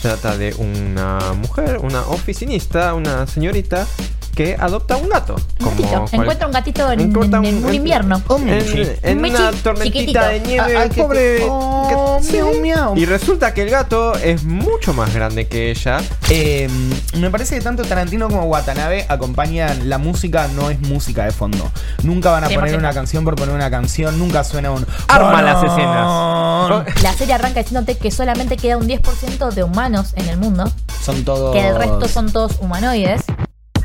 trata de una mujer, una oficinista, una señorita que adopta un gato. Un gatito. cual- Encuentra un gatito en, Encuentra en- en un invierno. En, michi. en Un michi una tormentita chiquitito. de nieve, Ah, ah, el que- pobre. Oh, gat- sí. miau, miau. Y resulta que el gato es mucho más grande que ella. Eh, me parece que tanto Tarantino como Watanabe acompañan la música, no es música de fondo. Nunca van a 100%. poner una canción por poner una canción, nunca suena un Arma las escenas. La serie arranca diciéndote que solamente queda un 10% de humanos en el mundo, Son todos. que el resto son todos humanoides.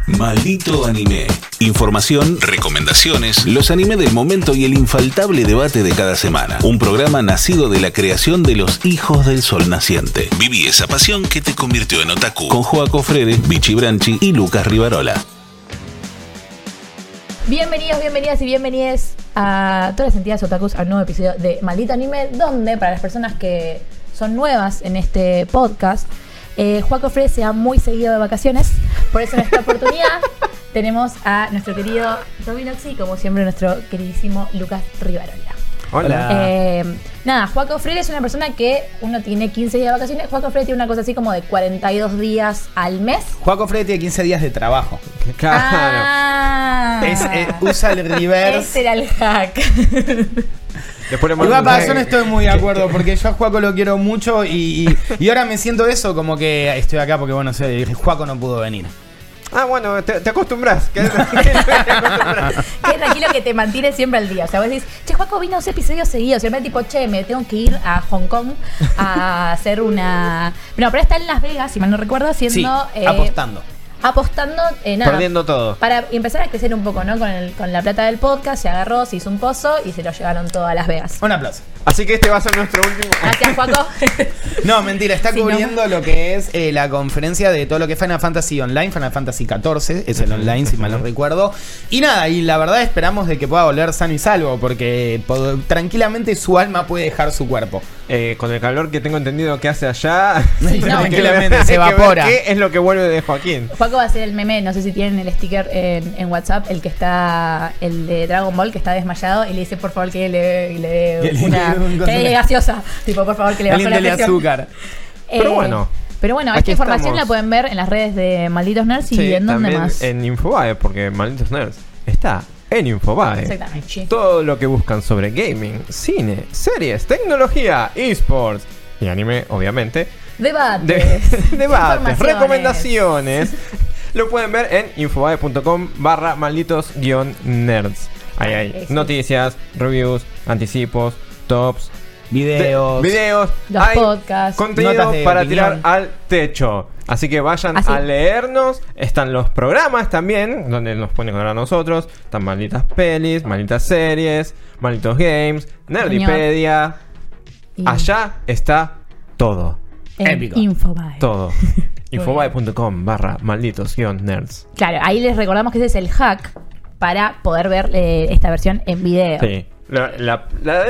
Maldito anime. Información, recomendaciones, los animes del momento y el infaltable debate de cada semana. Un programa nacido de la creación de los hijos del sol naciente. Viví esa pasión que te convirtió en otaku con Joaco Freire, Vichy Branchi y Lucas Rivarola. Bienvenidos, bienvenidas y bienvenides a todas las entidades otakus a un nuevo episodio de Maldito Anime, donde para las personas que son nuevas en este podcast, eh, Juaco Fred se va muy seguido de vacaciones. Por eso en esta oportunidad tenemos a nuestro querido Robinoxi y como siempre nuestro queridísimo Lucas Rivarola. Hola. Ah. Eh, nada, Juaco Freire es una persona que uno tiene 15 días de vacaciones. Juaco Freire tiene una cosa así como de 42 días al mes. Juaco Freddy tiene 15 días de trabajo. Claro. Ah. Es, eh, usa el Ese reverse. era el hack. Después le mando un Igual para mensaje. eso no estoy muy de acuerdo, porque yo a Juaco lo quiero mucho y, y- y ahora me siento eso, como que estoy acá porque bueno, sé, Juaco no pudo venir. Ah, bueno, te, te acostumbras. que- Qué tranquilo que te mantiene siempre al día. O sea, vos decís, che, Juaco vino dos episodios seguidos. Y el tipo, che, me tengo que ir a Hong Kong a hacer una. No, pero está en Las Vegas, si mal no recuerdo, Sí, haciendo. eh, apostando. Apostando, eh, nada. Perdiendo todo. Para empezar a crecer un poco, ¿no? Con, el- con la plata del podcast, se agarró, se hizo un pozo y se lo llevaron todo a Las Vegas. Un aplauso. Así que este va a ser nuestro último. Gracias, Juaco. No, mentira, está Sí, no. cubriendo lo que es eh, la conferencia de todo lo que es Final Fantasy Online, Final Fantasy 14, es el online, si mal no recuerdo. Y nada, y la verdad esperamos de que pueda volver sano y salvo, porque pod- tranquilamente su alma puede dejar su cuerpo. Eh, con el calor que tengo entendido que hace allá. Sí, no. Tranquilamente, hay se que ver evapora. ¿Qué es lo que vuelve de Joaquín? Juaco va a hacer el meme, no sé si tienen el sticker en, en WhatsApp, el que está, el de Dragon Ball, que está desmayado y le dice, por favor, que le, le Que dé le una dé un que le dé coso- gaseosa. Tipo, por favor, que le baje Alguien la dele presión. azúcar. Eh, Pero bueno, Pero bueno, aquí esta información estamos. la pueden ver en las redes de Malditos Nerds y Sí, en dónde también más. En Infobae, porque Malditos Nerds está en Infobae. Exactamente. Todo lo que buscan sobre gaming, cine, series, tecnología, esports y anime, obviamente. De- Debates. debates, Informaciones. recomendaciones. Lo pueden ver en infobae.com barra malditos-nerds. Ahí hay Ah, Eso. noticias, reviews, anticipos, tops, de- Videos. videos, Los hay podcasts. contenido Notas de para opinión. tirar al techo. Así que vayan Así. a leernos. Están los programas también, donde nos pueden encontrar a nosotros. Están malditas pelis, malditas series, malditos games, Nerdipedia. Y Allá está todo. en Épico. Infobae. Todo. Infobae.com barra malditos guión nerds. Claro, ahí les recordamos que ese es el hack para poder ver eh, esta versión en video. Sí. La- la- la-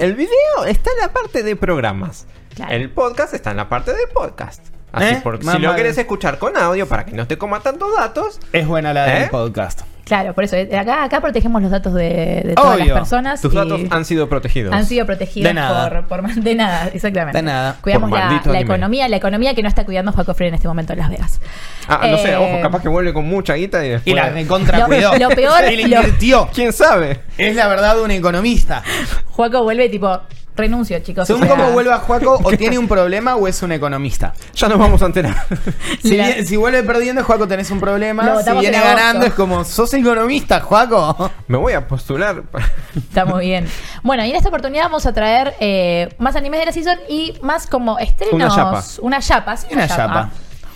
el video está en la parte de programas. Claro. El podcast está en la parte de podcast. Así ¿Eh? porque Más si lo vale. querés escuchar con audio para que no te coma tantos datos, Es buena la del ¿Eh? podcast. Claro, por eso. eh, Acá, acá protegemos los datos de, de todas Obvio. las personas. tus y datos han sido protegidos. Ah, han sido protegidos De nada. Por, por mal- de nada, exactamente. De nada. Cuidamos Por la, maldito la anime. economía, la economía que no está cuidando Juaco Freire en este momento en Las Vegas. Ah, no sé, Eh, ojo, capaz que vuelve con mucha guita y después. Y la recontra Lo- cuidó. lo peor- Él lo- invirtió. ¿Quién sabe? Es la verdad un economista. Juaco vuelve tipo, renuncio, chicos. Según o sea, cómo vuelva Juaco, o tiene un problema o es un economista. Ya nos vamos a enterar. Si, La- vie- si vuelve perdiendo, Juaco, tenés un Lo problema. Si votamos viene en agosto. ganando, es como, sos economista, Juaco. Me voy a postular. Está muy bien. Bueno, y en esta oportunidad vamos a traer eh, más animes de la season y más como estrenos. Una yapa. Una yapa, sí, Una yapa.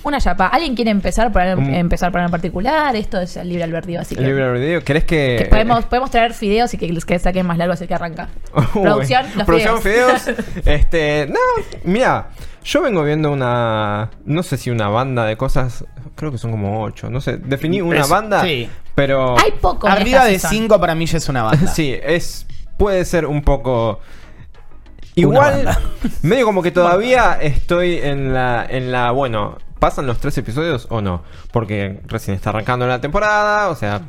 Una yapa. ¿Alguien quiere empezar por, Un- empezar por algo en particular? Esto es el libre albedrío, así que... Um. El libro de video. ¿Querés que.? Que podemos, podemos traer fideos y que los que saquen más largo así que arranca. Uy. Producción, los Producción, fideos. fideos. este, no, mira, yo vengo viendo una, no sé si una banda de cosas, creo que son como ocho, no sé, definí una Es- banda, sí. pero Hay poco. en Arriba esta de season. 5 para mí ya es una banda. sí, es puede ser un poco Una igual banda. medio como que todavía estoy en la en la bueno, pasan los tres episodios o no, porque recién está arrancando la temporada, o sea,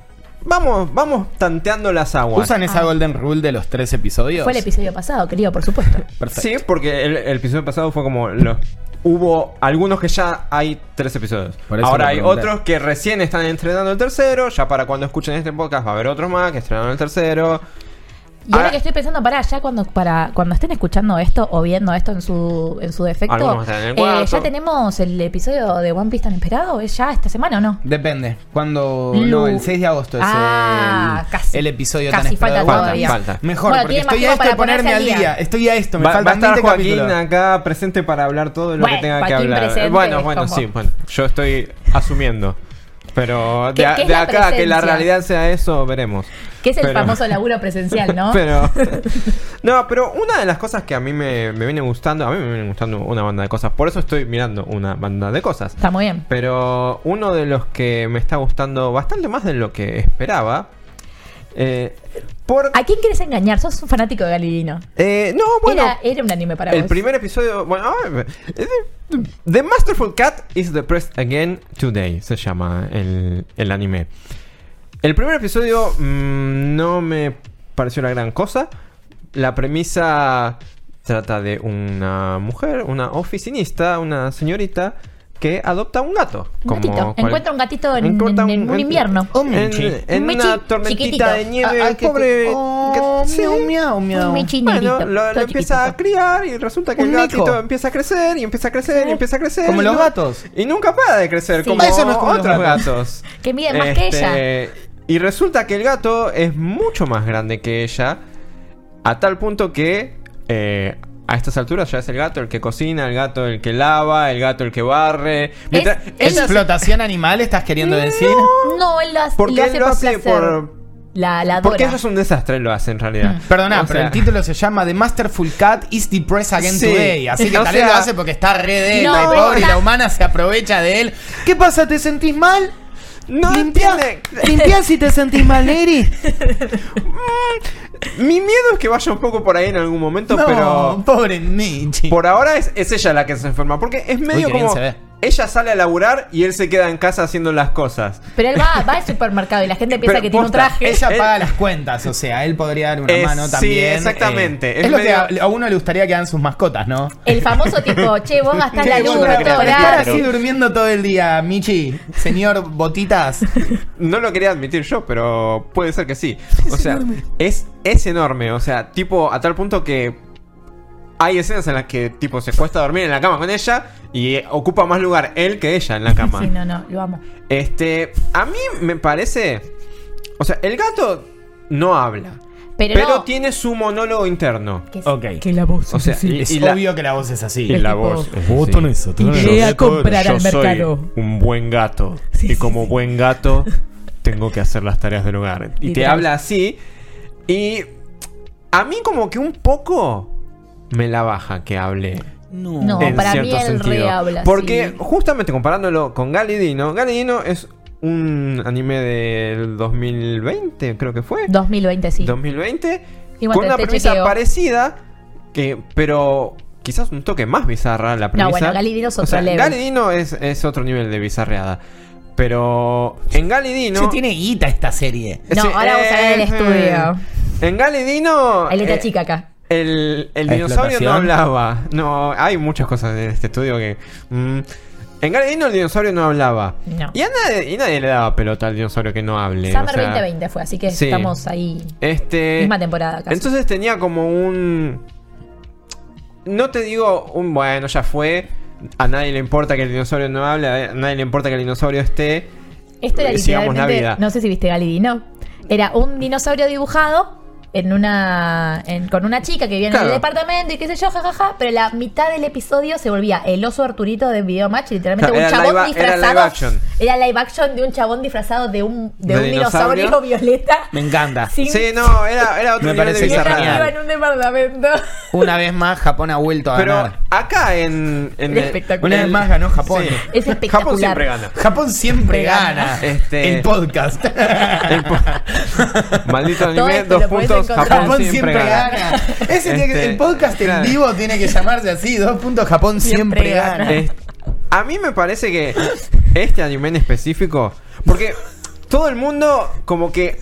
vamos vamos tanteando las aguas. ¿Usan Ah. esa Golden Rule de los tres episodios? Fue el episodio pasado, querido, por supuesto. Perfecto. Sí, porque el, el episodio pasado fue como los hubo algunos que ya hay tres episodios. Por eso Ahora lo hay pregunté. otros que recién están estrenando el tercero. Ya para cuando escuchen este podcast va a haber otros más que estrenaron el tercero. Y ahora Ahora- que estoy pensando, para ya cuando, para, cuando estén escuchando esto o viendo esto en su, en su defecto, Algunos están en el eh, cuarto. ya tenemos el episodio de One Piece tan esperado, ¿es ya esta semana o no? Depende. Cuando. Lu- No, el 6 de agosto es Ah, el, casi. el episodio Casi tan esperado. falta Falta, todavía. falta. Mejor, Bueno, porque tiene más estoy a tiempo esto de para ponerse ponerme al al día. día. Estoy a esto, me Va, va a faltan estar 20 Joaquín capítulos. acá presente para hablar todo lo Bueno, que tenga Joaquín que hablar. presente bueno, es bueno, como- sí, bueno. Yo estoy asumiendo. Pero ¿Qué- de, a- qué es de la acá que la presencia? realidad sea eso, veremos. Que es el Pero- famoso laburo presencial, ¿no? Pero. No, pero una de las cosas que a mí me, me viene gustando. A mí me viene gustando una banda de cosas. Por eso estoy mirando una banda de cosas. Está muy bien. Pero uno de los que me está gustando bastante más de lo que esperaba. Eh, por. ¿A quién quieres engañar? Sos un fanático de Galilino. eh, no, bueno. era, era un anime para el vos. primer episodio. Bueno, ah, eh, The Masterful Cat is depressed again today. Se llama el, el anime. El primer episodio mm, no me pareció la gran cosa. La premisa trata de una mujer, una oficinista, una señorita que adopta un gato. Un gatito. cual- Encuentra un gatito en, Encuentra Oh, en- en un invierno. un en, michi. en Un una michi chiquitito. tormentita de nieve. Ah, ah, que- pobre. Oh, gat- sí, miau, miau, miau. Un michi bueno, negrito, lo, lo todo empieza a chiquitito. criar y resulta que Un el gatito mico. empieza a crecer y empieza a crecer y empieza a crecer. Como y los no- gatos. Y nunca para de crecer, Sí. como, Eso no es como los otros gatos. gatos. Este, Que miden más que ella. Y resulta que el gato es mucho más grande que ella, a tal punto que eh, a estas alturas ya es el gato el que cocina, el gato el que lava, el gato el que barre. Mientras- eh, es- ella- ¿Explotación animal estás queriendo decir? No, él lo hace, porque lo hace él lo por hace placer. por... La, la adora. Mm. Porque eso es un desastre, lo hace en realidad. Perdona, O pero sea- el título se llama The Masterful Cat is Depressed Again Sí. Today. Así que O tal vez sea- lo hace porque está re de No, la pero pobre y está- la humana se aprovecha de él. ¿Qué pasa? ¿Te sentís mal? No Limpia, entiende. limpia si te sentís mal, Neri. Mi miedo es que vaya un poco por ahí en algún momento, No, pero pobre Michi. por ahora es, es ella la que se enferma. Porque es medio qué bien como. se ve. Ella sale a laburar y él se queda en casa haciendo las cosas. Pero él va, va al supermercado y la gente piensa Pero que tiene un posta, traje. Ella Él- paga las cuentas, o sea, él podría dar una Eh, mano sí, también. exactamente. eh. Es es lo medio- que a, a uno le gustaría que hagan sus mascotas, ¿no? El famoso tipo, che, vos gastás la Qué luz, buena vos creación. Estar cobrás. Pero- así durmiendo todo el día, Michi. Señor Botitas. No lo quería admitir yo, pero puede ser que sí. O sea, es, es enorme. O sea, tipo, a tal punto que. Hay escenas en las que tipo se cuesta dormir en la cama con ella y eh, ocupa más lugar él que ella en la cama. Sí, no, no, lo amo. Este, a mí me parece. O sea, el gato no habla. Pero, Pero, no, tiene su monólogo interno. que, es- Ok. que la voz. O sea, y, Es y la, obvio que la voz es así. y la tipo, voz. es Vos así. tenés eso, tenés Iré razón. a comprar Yo al soy mercado. un buen gato. Sí, y como buen gato, tengo que hacer las tareas del hogar. Y te Literal. habla así. Y a mí como que un poco me la baja que hable. Eh, No, en para mí cierto él sentido. re habla. Porque sí. justamente comparándolo con Galidino, Galidino es un anime del 2020, creo que fue. 2020, sí. 2020 Igual con te- una te premisa chequeo. parecida que pero quizás un toque más bizarra la premisa. bueno, Galidino es O otro sea, level. Galidino es, es otro nivel de bizarreada. Pero en Galidino Che, tiene guita esta serie. No, Sí, ahora vamos a ver el eh, estudio. En Galidino Hay letra eh, chica acá. el, el ¿La dinosaurio no explotación? hablaba. No, hay muchas cosas en este estudio que mm, en Galidino el dinosaurio no hablaba. No. Y, a nadie, y nadie le daba pelota al dinosaurio que no hable. o Summer sea, 2020 fue, así que sí. estamos ahí. Este Misma temporada casi. Entonces tenía como un. No te digo un bueno, ya fue. A nadie le importa que el dinosaurio no hable, a nadie le importa que el dinosaurio esté. Esto era eh, sigamos la literalmente, vida. no sé si viste Galidino, era un dinosaurio dibujado en una en- con una chica que vivía en Claro. el departamento y qué sé yo, jajaja, pero la mitad del episodio se volvía el oso Arturito de Videomatch, literalmente Claro, un era chabón live- era disfrazado. live action. era live action de un chabón disfrazado de un, de ¿De un dinosaurio? dinosaurio? violeta. Me encanta. sin- Sí, no, era, era otro Me nivel parece de y era bizarrada. genial. viva en un departamento. Una vez más, Japón ha vuelto a Pero ganar. acá en. en Era espectacular. Una vez más ganó Japón. Sí. Es espectacular. Japón siempre gana. Japón siempre gana. Este- El podcast. El po- Maldito Todo anime, esto dos lo puedes puntos. encontrar. Japón, siempre gana. Ese tiene que- Este, el podcast claro. en vivo tiene que llamarse así. Dos puntos, Japón Siempre siempre, gana. gana. Es- a mí me parece que este anime en específico, porque todo el mundo como que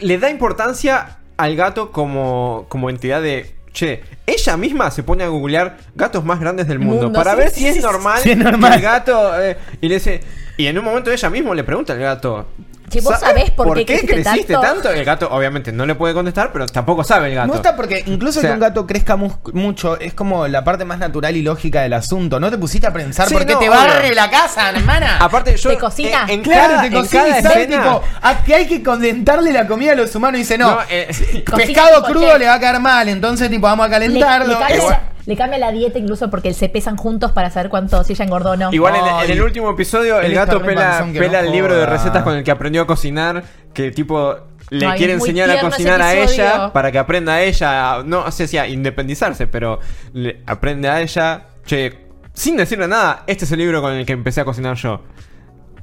le da importancia al gato como, como entidad de Che, ella misma se pone a googlear gatos más grandes del mundo, Mundo, para sí, ver sí, si, es sí, sí. normal Si es que normal. el gato. eh, y le dice. Y en un momento ella misma le pregunta al gato. Che, ¿vos "¿Sabes sabés por qué creciste creciste tanto?" tanto? El gato, obviamente, no le puede contestar, pero tampoco sabe el gato. Me gusta porque incluso O sea- que un gato crezca mus- mucho es como la parte más natural y lógica del asunto. No te pusiste a pensar Sí, por qué no, te obvio. barre la casa, hermana. Aparte, yo. Te cocina. En, en Claro, cada, te en cocina cada y sabe, escena- tipo, a que hay que condentarle la comida a los humanos. Y dice, no, No, eh, Cocina pescado tipo crudo chef. le va a caer mal, entonces, tipo, vamos a Le, le calentarlo. cambia Es- la, le cambia la dieta incluso porque se pesan juntos para saber cuánto, si ella engordó o no. Igual en, en Ay. el último episodio Él el está gato re pela, panzón que pela no el libro de joda. recetas con el que aprendió a cocinar, que tipo le Ay, quiere muy enseñar a tierno ese cocinar a episodio. ella para que aprenda a ella, a- no sé si a independizarse, pero le aprende a ella, che, sin decirle nada, este es el libro con el que empecé a cocinar yo.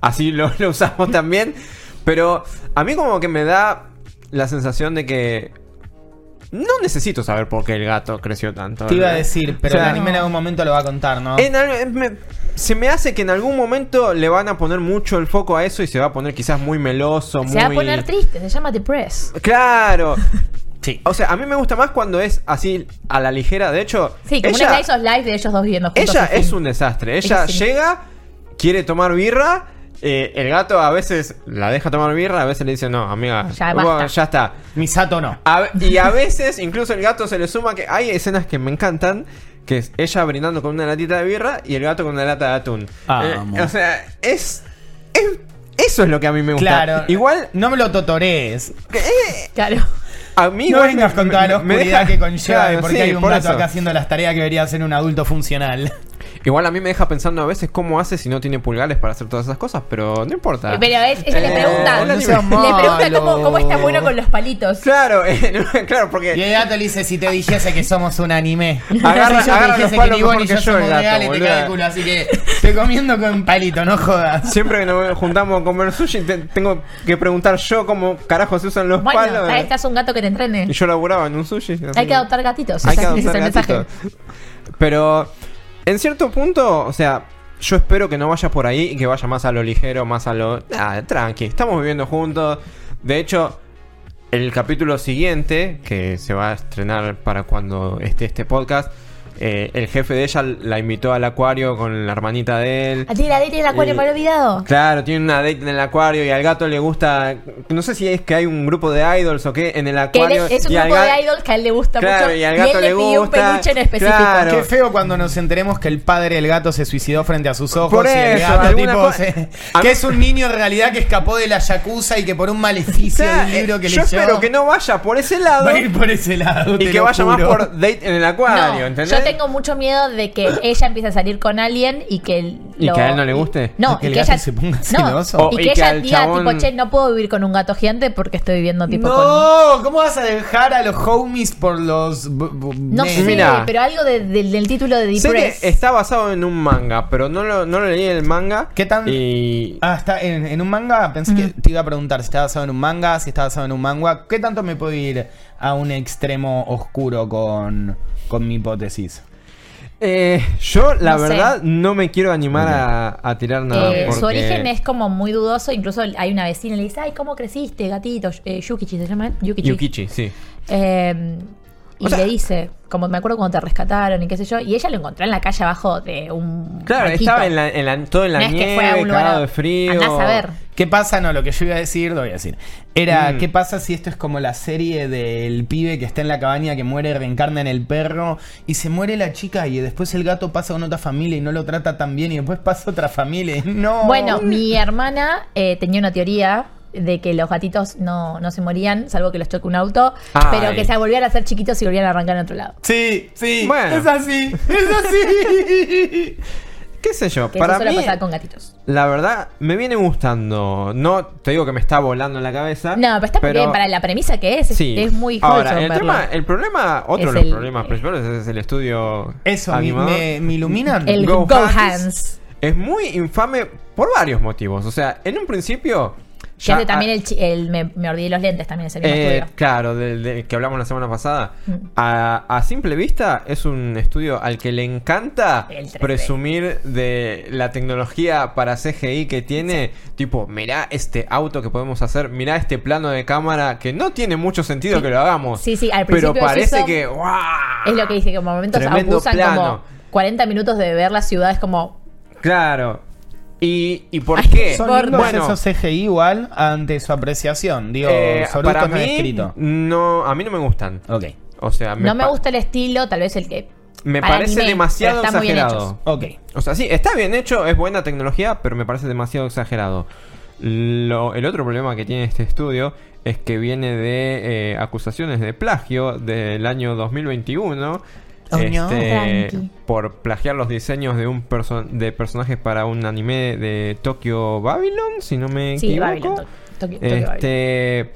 Así lo, lo usamos también, pero a mí como que me da la sensación de que no necesito saber por qué el gato creció tanto. Te iba a ¿verdad? decir, pero O sea, el anime en algún momento lo va a contar, ¿no? en al- en- me- se me hace que en algún momento le van a poner mucho el foco a eso y se va a poner quizás muy meloso, muy... Se va a poner triste, se llama Depress. Claro. Sí. O sea, a mí me gusta más cuando es así a la ligera. De hecho, Sí, como ella, una Slice of Life de ellos dos viviendo juntos. ella en fin. es un desastre. Ella Ella sí. llega, quiere tomar birra. eh, el gato a veces la deja tomar birra, a veces le dice, no, amiga, Ya bueno, basta". ya está. Misato no. A- y a veces, incluso el gato se le suma que hay escenas que me encantan, que es ella brindando con una latita de birra y el gato con una lata de atún. Eh, Amo. o sea, es, es- Eso es lo que a mí me gusta. Claro. Igual, No me lo totorees. Claro. a mí. No igual vengas me- con toda la me- me oscuridad deja- que conlleva de Claro, por qué sí, hay un por gato eso. acá haciendo las tareas que debería hacer un adulto funcional. Igual a mí me deja pensando a veces cómo hace si no tiene pulgares para hacer todas esas cosas, pero no importa. Pero es- ella le Eh, pregunta, no le seas pregunta cómo, malo. cómo está bueno con los palitos. Claro, eh, claro, porque. Y el gato le dice, si te dijese que somos un anime. Agarra- si yo agarra los te dijese que palos ni vos mejor ni que yo yo, el somos gato, reales, te cae boluda. el culo. Así que te comiendo con palito, no jodas. Siempre que nos juntamos a comer sushi, te- tengo que preguntar yo cómo carajo se usan los Bueno, palos. eh. ahí estás un gato que te Y entrene. yo laburaba en un sushi. así Hay que que- adoptar gatitos. Hay que ese es adoptar el mensaje. gatitos. Pero en cierto punto, o sea, yo espero que no vaya por ahí y que vaya más a lo ligero, más a lo. Ah, tranqui, estamos viviendo juntos. De hecho, el capítulo siguiente, que se va a estrenar para cuando esté este podcast. eh, el jefe de ella la invitó al acuario con la hermanita de él. Ah, tiene la date en el acuario, Y- me lo he olvidado. Claro, tiene una date en el acuario y al gato le gusta. No sé si es que hay un grupo de idols o qué en el Que él acuario. es, es un y al grupo ga- de idols que a él le gusta Claro, mucho. y al gato él le pidió un gusta. peluche en específico. Claro. Qué feo cuando nos enteremos que el padre del gato se suicidó frente a sus ojos. Por y el eso, gato, alguna tipo, cosa- se- A que mí- es un niño en realidad que escapó de la yakuza y que por un maleficio Claro, del libro eh, que yo leyó espero que no vaya por ese lado va a ir por ese lado. y te que lo vaya más juro. por date en el acuario, No, ¿entendés? yo tengo mucho miedo de que ella empiece a salir con alguien y que él Y que a él no le guste. No, y Que el que gato ella se ponga no, celoso. y O- que y que ella al diga chabón- tipo, "Che, no puedo vivir con un gato gigante porque estoy viviendo tipo con No, Oh, ¿cómo vas a dejar a los homies por los. b- b- no me- sé, Mira. pero algo de- del- del título de eh, Sé que Depress. está basado en un manga, pero no lo, no lo leí en el manga. ¿Qué tan- Y... Ah, está en, en un manga. Pensé que te iba a preguntar si está basado en un manga, si está basado en un manga. ¿Qué tanto me puedo ir a un extremo oscuro con, con mi hipótesis? Eh, yo, la No sé. verdad, no me quiero animar a, a tirar nada. Eh, Su porque- origen es como muy dudoso, incluso hay una vecina y le dice, ay, ¿cómo creciste, gatito? Eh, Yukichi se llama, él? Yukichi. Yukichi, sí. Eh, y le dice, como me acuerdo cuando te rescataron y qué sé yo, y ella lo encontró en la calle abajo de un... Claro, banquito. estaba en la, en la- todo en la No es nieve, que fue a un lugar cagado a- de frío. Andás a ver. ¿Qué pasa? No, lo que yo iba a decir, lo voy a decir. Era, Mm. ¿qué pasa si esto es como la serie del pibe que está en la cabaña, que muere, reencarna en el perro, y se muere la chica y después el gato pasa con otra familia y no lo trata tan bien y después pasa otra familia? y No. Bueno, mi hermana eh, tenía una teoría de que los gatitos no, no se morían, salvo que los choque un auto, Ay. pero que se volvieran a ser chiquitos y volvieran a arrancar en otro lado. Sí, sí. Bueno. Es así, es así. ¿Qué sé yo? Que Para eso suele mí, pasar con gatitos. la verdad, me viene gustando. No te digo que me está volando en la cabeza. No, pero está muy bien para la premisa que es, es- Sí. es muy Ahora, wholesome el, verlo. tema, el problema, otro Es de los el- problemas principales es el estudio Eso, mi- animado. me, me iluminan. El Go Go, Hands. Hands. Es muy infame por varios motivos. O sea, en un principio Ya, hace también ah, el, chi- el- me, me olvidé los lentes también ese mismo Eh, estudio. claro, del, del que hablamos la semana pasada. Mm. A, a simple vista es un estudio al que le encanta El 3D. presumir de la tecnología para CGI que tiene. Tipo, mirá este auto que podemos hacer, mirá este plano de cámara que no tiene mucho sentido que lo hagamos. Sí, sí, al Pero principio se parece hizo- que... ¡guau! Es lo que dice, que por momentos Tremendo abusan plano. como 40 minutos de ver la ciudad, es como. Claro. ¿Y, y por Ay, qué? son Son Por- lindos Bueno, esos CGI igual ante su apreciación. Digo, eh, sobre para esto no es mí, escrito. no, a mí no me gustan. Ok. O sea, no me pa- gusta el estilo, tal vez el que. Me para parece anime, demasiado pero están muy bien exagerado. Ok. O sea, sí, está bien hecho, es buena tecnología, pero me parece demasiado exagerado. Lo- el otro problema que tiene este estudio es que viene de eh, acusaciones de plagio del año 2021. Oh, no. este, Tranqui. por plagiar los diseños de un perso- de personajes para un anime de Tokyo Babylon, si no me Sí, equivoco. Babylon, to- Tokio- Tokio Babylon. este,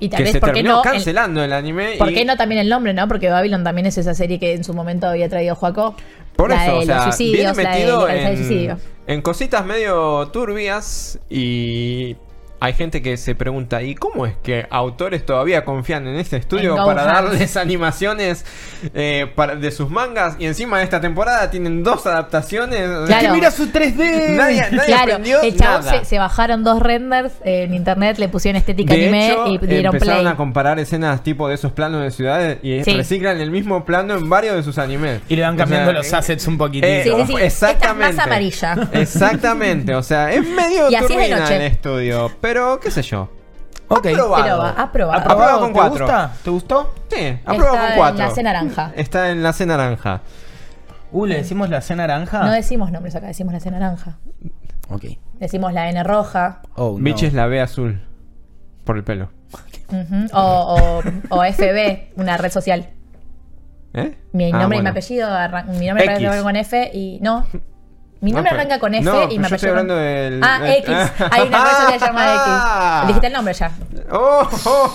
Y tal que vez, se ¿por qué terminó no? el- cancelando el, anime. ¿Por y- qué no también el nombre, no? Porque Babylon también es esa serie que en su momento había traído Joaco. Por la eso, de o sea, viene los suicidios, la de metido legalizar el en, suicidio. en cositas medio turbias y hay gente que se pregunta, ¿y cómo es que autores todavía confían en este estudio En para Gohan. darles animaciones eh, para- de sus mangas? Y encima de esta temporada tienen dos adaptaciones. o sea, Claro. ¡Que mira su 3D! Nadie, nadie Claro, aprendió el chabón nada. se, se bajaron dos renders eh, en internet, le pusieron estética de anime hecho, y dieron empezaron play. a comparar escenas tipo de esos planos de ciudades y Sí. reciclan el mismo plano en varios de sus animes. Y le van O cambiando sea, los assets un poquitito. Eh, Sí, sí, sí. Exactamente. Esta es más amarilla. Exactamente. O sea, es medio Y así es de turbina noche. el estudio. Pero, qué sé yo. Ok. Aprobado. Pero va, aprobado. Aprobado con ¿Te cuatro. gusta? ¿Te gustó? Sí, aprobado Está con cuatro. en la C naranja. Está en la C naranja. Uh, le decimos la C naranja. No decimos nombres acá, decimos la C naranja. Ok. Decimos la N roja. Oh, no. Mitch es la B azul. Por el pelo. ujú, o, o- o FB, una red social. ¿Eh? Mi Ah, nombre y mi bueno. apellido arran- mi nombre X. arranca con F y no. Mi No, nombre pero- arranca con F no, y pero mi yo estoy apellido. con- hablando del- Ah, del- X. Hay una red social llamada X. Dijiste el nombre ya. ¡Oh, oh,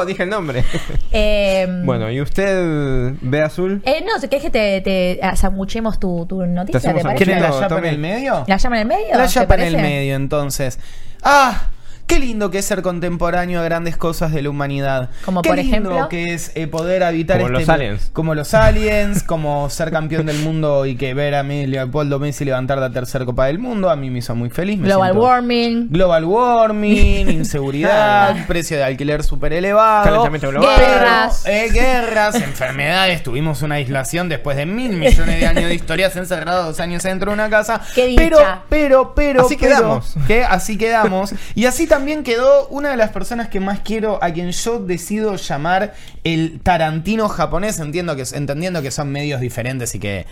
oh! Dije el nombre. Eh, bueno, ¿y usted B azul? Eh, no, si querés que te, te asamuchemos tu, tu noticia, Te ¿te, hacemos parece? ¿Quieres la Yo chapa en también. el medio? ¿La llama en el medio? La ¿Te chapa en el parece? medio, entonces. ¡Ah! Qué lindo que es ser contemporáneo a grandes cosas de la humanidad. Como Qué por lindo ejemplo. que es eh, poder habitar Como este- los aliens. Como los aliens, como ser campeón del mundo y que ver a mí, Leopoldo Messi levantar la tercera copa del mundo, a mí me hizo muy feliz. me Global siento- warming. Global warming, inseguridad, precio de alquiler súper elevado. Calentamiento global. pero, Guerras. eh, guerras, enfermedades. Tuvimos una aislación después de mil millones de años de historias encerrados dos años dentro de una casa. Qué dicha. Pero, pero, pero. Así pero, quedamos. Que así quedamos. Y así también quedó una de las personas que más quiero, a quien yo decido llamar el Tarantino japonés. Entiendo que, entendiendo que son medios diferentes y que.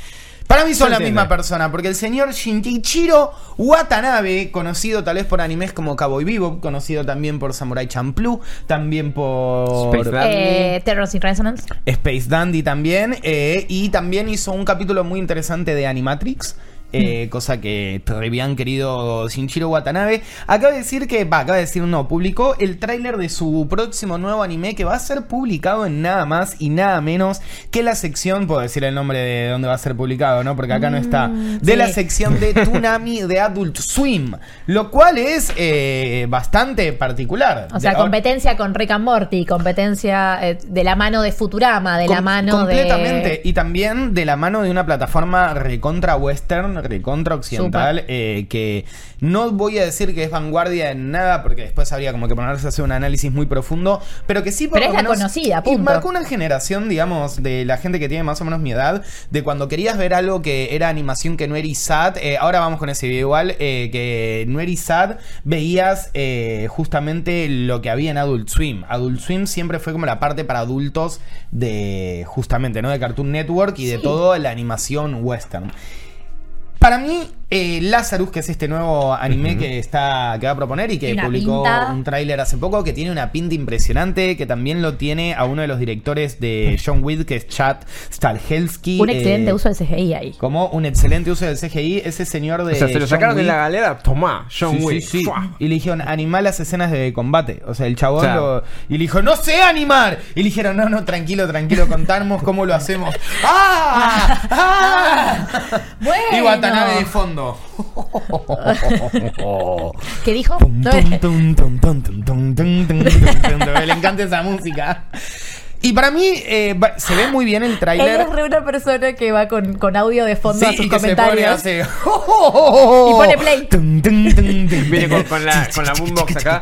Para mí son Se la entiende. misma persona, porque el señor Shinichiro Watanabe, conocido tal vez por animes como Cowboy Bebop, conocido también por Samurai Champloo, también por Space Dandy. Eh, Terrors in Resonance. Space Dandy también, eh, y también hizo un capítulo muy interesante de Animatrix. Mm. eh, cosa que te habían querido Shinichiro Watanabe. Acaba de decir que, va, acaba de decir no, publicó el tráiler de su próximo nuevo anime que va a ser publicado en nada más y nada menos que la sección, puedo decir el nombre de dónde va a ser publicado, ¿no? Porque acá no está. De la Mm, sí. sección de Tsunami de Adult Swim, lo cual es eh, bastante particular. O sea, De- competencia con Rick and Morty, competencia eh, de la mano de Futurama, de la Com- mano completamente. de. Y también de la mano de una plataforma recontra western, recontra occidental, eh, que no voy a decir que es vanguardia en nada, porque después habría como que ponerse a hacer un análisis muy profundo, pero que sí por Pero lo es la menos- conocida, y punto. marcó una generación, digamos, de la gente que tiene más o menos mi edad, de cuando querías ver algo que era animación que no era ISAT. eh, ahora vamos con ese video igual, eh, que no era ISAT, veías eh, justamente lo que había en Adult Swim. Adult Swim siempre fue como la parte para adultos de, justamente, ¿no? De Cartoon Network y de Sí. todo la animación western. Para mí, eh, Lazarus, que es este nuevo anime que está que va a proponer y que Tiene una publicó pinta. un tráiler hace poco, que tiene una pinta impresionante, que también lo tiene a uno de los directores de John Wick, que es Chad Stahelski. Un excelente eh, uso de CGI ahí. Como un excelente uso del CGI, ese señor Eh, de. o sea, se lo John sacaron de Wick. la galera. Tomá, John Sí, Wick. sí, sí. ¡Fua! Y le dijeron, animá las escenas de combate. O sea, el chabón O sea. lo- Y le dijo, no sé animar. Y le dijeron, no, no, tranquilo, tranquilo, contamos cómo lo hacemos. ¡Ah! ¡Ah! Bueno. Y Watanabe de fondo. haciendo. ¿Qué dijo? Tum, No, tum, tum, tum, tum, tum, tum, tum, tum, tum, tum. Le encanta esa música. Y para mí eh, va- se ve muy bien el Él tráiler. es re una persona que va con, con audio de fondo a Sí, sus y que se pone comentarios. hace. Y pone play. Tum, tum, tum, tum. Viene con, con la, con la boombox acá.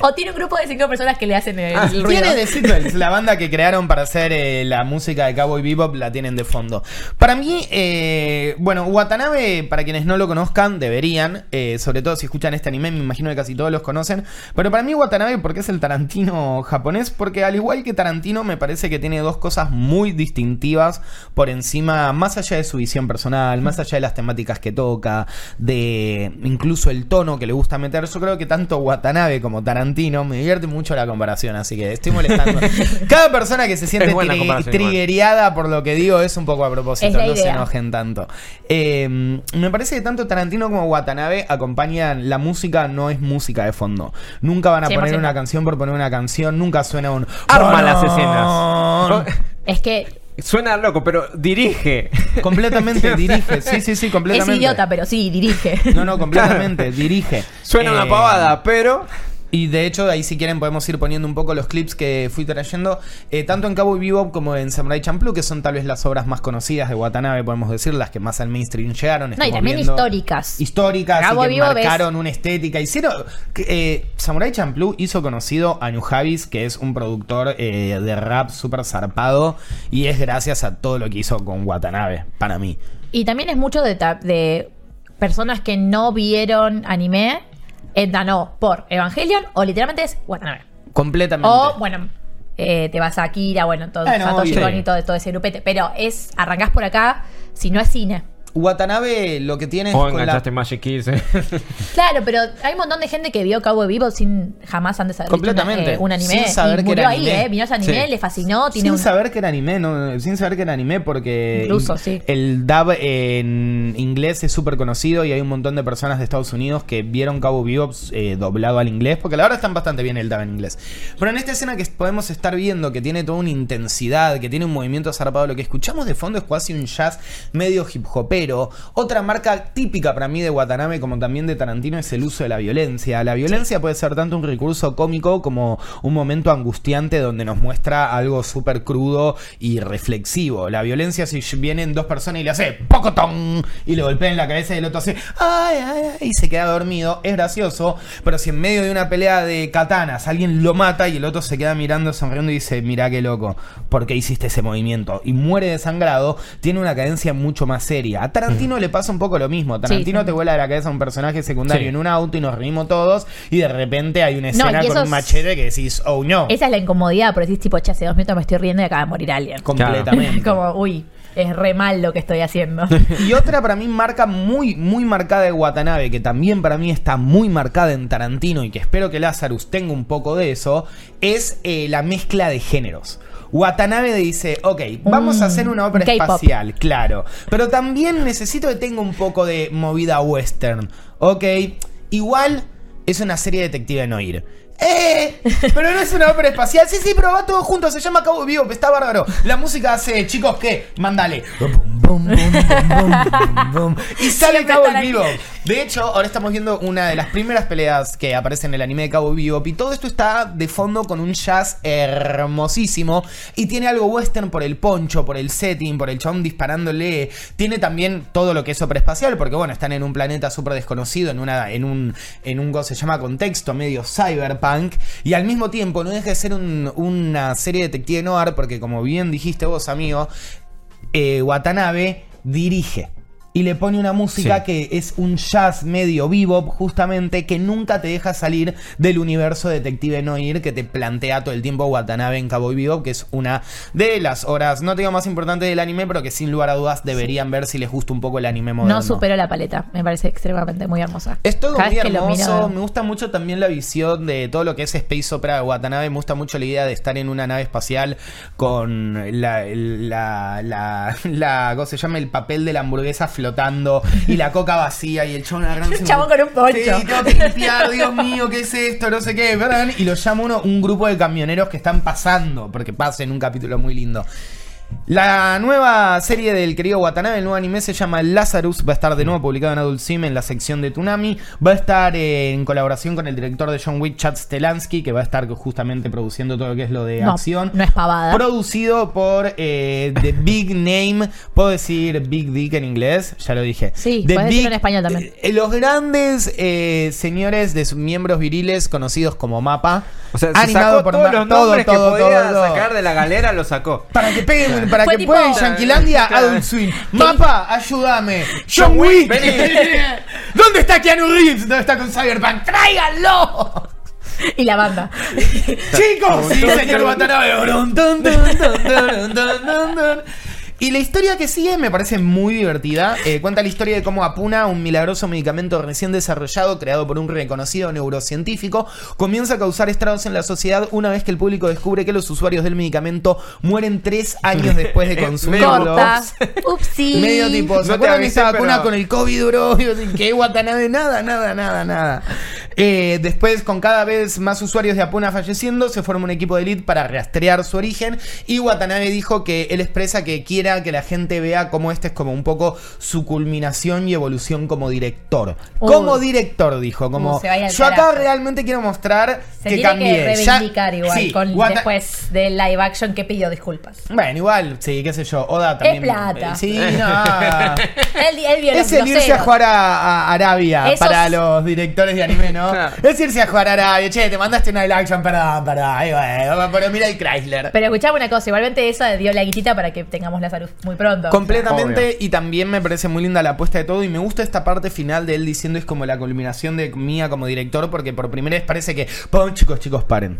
O tiene un grupo de cinco personas que le hacen el, el ruido. Ah, Tiene The Sequels, la banda que crearon para hacer eh, la música de Cowboy Bebop, la tienen de fondo. Para mí, eh, bueno, Watanabe, para quienes no lo conozcan, deberían, eh, sobre todo si escuchan este anime, me imagino que casi todos los conocen, pero para mí Watanabe, porque es el Tarantino japonés, porque al igual que Tarantino, me parece que tiene dos cosas muy distintivas por encima, más allá de su visión personal, más allá de las temáticas que toca, de incluso el tono que le gusta meter. Yo creo que tanto Watanabe como Tarantino me divierte mucho la comparación, así que estoy molestando. Cada persona que se siente Es buena tri- comparación, igual. triggeriada por lo que digo es un poco a propósito, Es la no se idea. enojen tanto. Eh, me parece que tanto Tarantino como Watanabe acompañan la música, no es música de fondo. Nunca van a poner 100%. una canción por poner una canción, nunca suena un Arma las escenas. Es que Suena loco, pero dirige. Completamente dirige, sí, sí, sí, es completamente. idiota, pero sí, dirige. No, no, completamente, dirige. Suena Eh, una pavada, pero. Y de hecho, de ahí si quieren podemos ir poniendo un poco los clips que fui trayendo, eh, tanto en Cowboy Bebop como en Samurai Champloo, que son tal vez las obras más conocidas de Watanabe, podemos decir, las que más al mainstream No, llegaron. y estamos también viendo- históricas. Históricas, y Cowboy que Bebop es- marcaron una estética. Hicieron... que, Eh, Samurai Champloo hizo conocido a New Javis, que es un productor eh, de rap súper zarpado, y es gracias a todo lo que hizo con Watanabe, para mí. Y también es mucho de, ta- de personas que no vieron anime, entanó por Evangelion o literalmente es Watanabe. Completamente. O, bueno, eh, te vas a Akira, bueno, todo, Bueno, Satoshi obvio. Kon y todo, todo ese grupete. Pero es, arrancás por acá, si no es cine. Watanabe lo que tiene es O con la- enganchaste Magic Kids. eh. Claro, pero hay un montón de gente que vio Cowboy Bebop sin jamás antes haber visto una- Completamente. eh, un anime. Sin saber y que murió era ahí, anime. ¿eh? Vino ese anime, Sí. le fascinó, tiene Sin un... saber que era anime, no, sin saber que era anime, porque Incluso, in- sí. el dub en inglés es súper conocido y hay un montón de personas de Estados Unidos que vieron Cabo Bebop eh, doblado al inglés, porque la verdad están bastante bien el dub en inglés. Pero en esta escena que podemos estar viendo, que tiene toda una intensidad, que tiene un movimiento zarpado, lo que escuchamos de fondo es casi un jazz medio hip hopero. Otra marca típica para mí de Watanabe, como también de Tarantino, es el uso de la violencia. La violencia puede ser tanto un recurso cómico como un momento angustiante donde nos muestra algo súper crudo y reflexivo. La violencia si vienen dos personas y le hace pocotón y le golpea en la cabeza y el otro hace ay, ay, ay, y se queda dormido, es gracioso, pero si en medio de una pelea de katanas alguien lo mata y el otro se queda mirando sonriendo y dice, "Mirá qué loco, ¿por qué hiciste ese movimiento?" y muere desangrado, tiene una cadencia mucho más seria. A Tarantino le pasa un poco lo mismo. Tarantino también. te vuela de la cabeza un personaje secundario Sí. en un auto y nos reímos todos y de repente hay una escena y con eso un es- machete que decís, "Oh no." Esa es la incomodidad, pero decís tipo, che, hace dos minutos me estoy riendo y acaba de morir alguien. completamente. Como, uy, es re mal lo que estoy haciendo. Y otra para mí marca muy, muy marcada de Watanabe, que también para mí está muy marcada en Tarantino y que espero que Lazarus tenga un poco de eso, es eh, la mezcla de géneros. Watanabe dice, ok, vamos a hacer una ópera Mm, K-pop. espacial, claro, pero también necesito que tenga un poco de movida western, ok, igual es una serie detective en oír. ¡Eh! Pero no es una ópera espacial. Sí, sí, pero va todo junto. Se llama Cabo Vivo. Está bárbaro. La música hace, chicos, ¿qué? Mándale. Bum, bum, bum, bum, bum, bum. Y sale Siempre Cabo están Vivo. De hecho, ahora estamos viendo una de las primeras peleas que aparece en el anime de Cabo Vivo. Y todo esto está de fondo con un jazz hermosísimo. Y tiene algo western por el poncho, por el setting, por el chabón disparándole. Tiene también todo lo que es ópera espacial. Porque bueno, están en un planeta súper desconocido, en una, en un, en un ¿cómo se llama contexto medio cyberpunk. Y al mismo tiempo no deja de ser un- una serie detective noir. Porque como bien dijiste vos, amigo, eh, Watanabe dirige. Y le pone una música Sí. que es un jazz medio bebop, justamente, que nunca te deja salir del universo detective noir que te plantea todo el tiempo Watanabe en Cowboy Bebop, que es una de las obras, no te digo más importante del anime, pero que sin lugar a dudas deberían ver si les gusta un poco el anime moderno. No superó la paleta, me parece extremadamente muy hermosa. Es todo Cada muy vez que lo hermoso. miro- Me gusta mucho también la visión de todo lo que es Space Opera de Watanabe. Me gusta mucho la idea de estar en una nave espacial con la, la, la, la- ¿cómo se llama? El papel de la hamburguesa flotando y la coca vacía y el chabón agarrándose Un chabón con un poncho. Sí, tengo que limpiar, Dios mío, ¿qué es esto? No sé qué, ¿verdad? Y lo llama uno un grupo de camioneros que están pasando, porque pasa en un capítulo muy lindo. La nueva serie del querido Watanabe, el nuevo anime se llama Lazarus, va a estar de Mm. nuevo publicado en Adult Swim en la sección de Tsunami, va a estar eh, en colaboración con el director de John Wick, Chad Stelansky, que va a estar justamente produciendo todo lo que es lo de No, acción. no es pavada. Producido por eh, The Big Name, puedo decir Big Dick en inglés, ya lo dije. Sí, The puedes decirlo en español también. eh, los grandes eh, señores de sus miembros viriles conocidos como Mapa, O sea, se animado sacó por todos Ma- los todo, nombres todo, que podía todo, todo. sacar de la galera, lo sacó. Para que peguen, para Fue que tipo- puedan Yanquilandia Claro. Adult Swim. Mapa, ayúdame. John Wick. Vení. ¿Dónde está Keanu Reeves? ¿Dónde está con Cyberpunk? ¡Tráiganlo! Y la banda. Chicos, sí, señor Watanabe. Dun, dun, dun, dun, dun, dun, dun, dun. Y la historia que sigue me parece muy divertida. Eh, cuenta la historia de cómo Apuna, un milagroso medicamento recién desarrollado, creado por un reconocido neurocientífico, comienza a causar estragos en la sociedad una vez que el público descubre que los usuarios del medicamento mueren tres años después de consumirlo. Corta. Upsi. Medio tipo, ¿se No te acuerdan avisé, esa vacuna pero- con el COVID, bro? Que Watanabe, nada, nada, nada, nada. Eh, después, con cada vez más usuarios de Apuna falleciendo, se forma un equipo de elite para rastrear su origen. Y Watanabe dijo que él expresa que quiera que la gente vea cómo este es como un poco su culminación y evolución como director. Uy. Como director, dijo. Como, Uh, se va a ir al yo acá carajo. realmente quiero mostrar Se que tiene que cambié. Ya- reivindicar igual Sí, con, Wata- después del live action que pidió disculpas. Bueno, igual, sí, qué sé yo. Oda también. plata. Sí, no. Él, él vio Es los el irse a groseros. jugar a, a Arabia Esos- para los directores de anime, ¿no? Claro. Es irse a jugar a Arabia. Che, te mandaste una live action, perdón, perdón. Ay, bueno, pero mira el Chrysler. Pero escuchame una cosa, igualmente esa dio la guitita para que tengamos la salud muy pronto. Completamente, y también me parece muy linda la apuesta de todo. Y me gusta esta parte final de él diciendo es como la culminación de mía como director, porque por primera vez parece que. Pon, chicos, chicos, paren.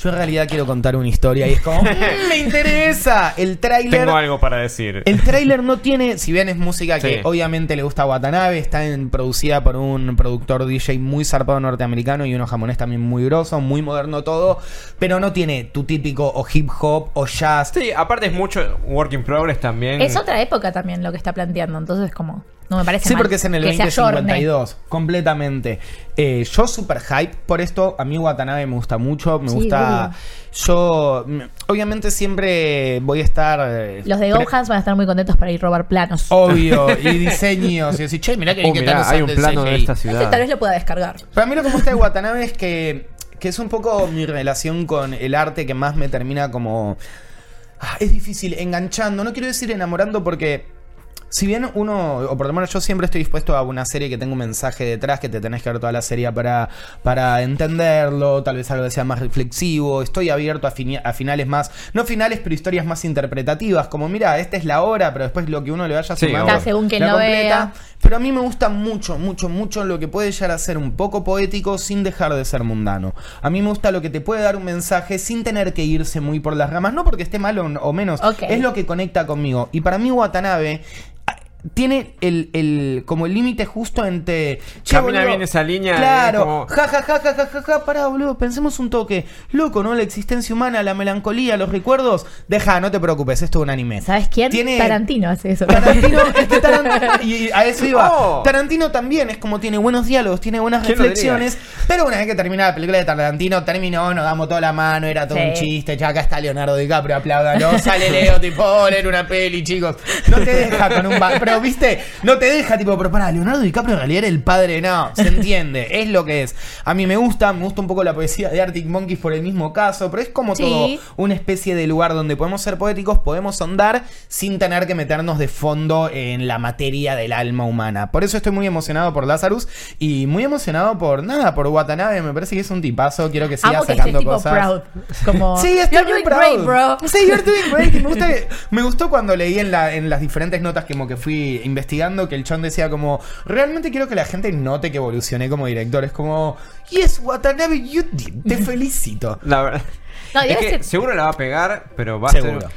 Yo en realidad quiero contar una historia y es como. "Mm, ¡Me interesa! El tráiler. Tengo algo para decir. El tráiler no tiene, si bien es música que Sí. obviamente le gusta a Watanabe, está en- producida por un productor DJ muy zarpado norteamericano y unos jamones también muy grosos, muy moderno todo, pero no tiene tu típico o hip hop o jazz. Sí, aparte es mucho work in progress también. Es otra época también lo que está planteando, entonces como no me parece Sí, mal porque es en el que se ayorne. 2052, completamente. Eh, yo super hype por esto, a mí Watanabe me gusta mucho, me Sí, gusta... Yo, mm, obviamente siempre voy a estar... eh, Los de pre- Gohans van a estar muy contentos para ir a robar planos. Oh, Obvio, y diseños, y decir, che, mirá que, bien Oh, que mirá, están hay un usando el plano de CGI". esta Este ciudad. tal vez lo pueda descargar. Para mí lo que me gusta de Watanabe es que, que es un poco mi relación con el arte que más me termina como... Ah, Es difícil, enganchando. No quiero decir enamorando porque... Si bien uno, o por lo menos yo siempre estoy dispuesto a una serie que tenga un mensaje detrás, que te tenés que ver toda la serie para, para entenderlo, tal vez algo que sea más reflexivo, estoy abierto a, fini- a finales más, no finales, pero historias más interpretativas, como mira, esta es la hora, pero después lo que uno le vaya Sí, sumando. obvio. Ya, según quien la lo vea. pero a mí me gusta mucho, mucho, mucho lo que puede llegar a ser un poco poético sin dejar de ser mundano. A mí me gusta lo que te puede dar un mensaje sin tener que irse muy por las ramas. No porque esté malo o menos. Ok. Es lo que conecta conmigo. Y para mí Watanabe ah, tiene el, el- como el límite justo entre... che, Camina bien esa línea, es Claro. como- Ja, ja, ja, ja, ja, ja, ja, pará, boludo. Pensemos un toque. Loco, ¿no? La existencia humana, la melancolía, los recuerdos. Deja, no te preocupes, esto es un anime. ¿Sabes quién? Tiene- Tarantino hace eso. Tarantino, es que Tarantino- y a eso iba. Oh. Tarantino también es como tiene buenos diálogos, tiene buenas ¿Quién lo reflexiones, pero una vez que termina la película de Tarantino, terminó, nos damos toda la mano, era todo Sí. un chiste, ya acá está Leonardo DiCaprio, apláudalo, sale Leo, tipo, "Hola, era una peli, chicos. No te deja con un... ba- Pero, viste, no te deja, tipo, pero pará, Leonardo DiCaprio en realidad era el padre, no, se entiende, es lo que es. A mí me gusta, me gusta un poco la poesía de Arctic Monkeys por el mismo caso, pero es como Sí. todo una especie de lugar donde podemos ser poéticos, podemos sondar sin tener que meternos de fondo en la materia del alma humana. Por eso estoy muy emocionado por Lazarus y muy emocionado por nada, por Watanabe. Me parece que es un tipazo, quiero que siga Amo que estés sacando tipo cosas. proud. Como, Sí, estoy "You're muy doing proud. great, bro. Sí, you're doing great. Y Me, gusta que- me gustó cuando leí en, la, en las diferentes notas que, como que fui investigando que el chon decía como, realmente quiero que la gente note que evolucioné como director. Es como, yes, Watanabe, you did. Te felicito. La verdad. No, es debe que ser- seguro la va a pegar, pero va Seguro. a ser.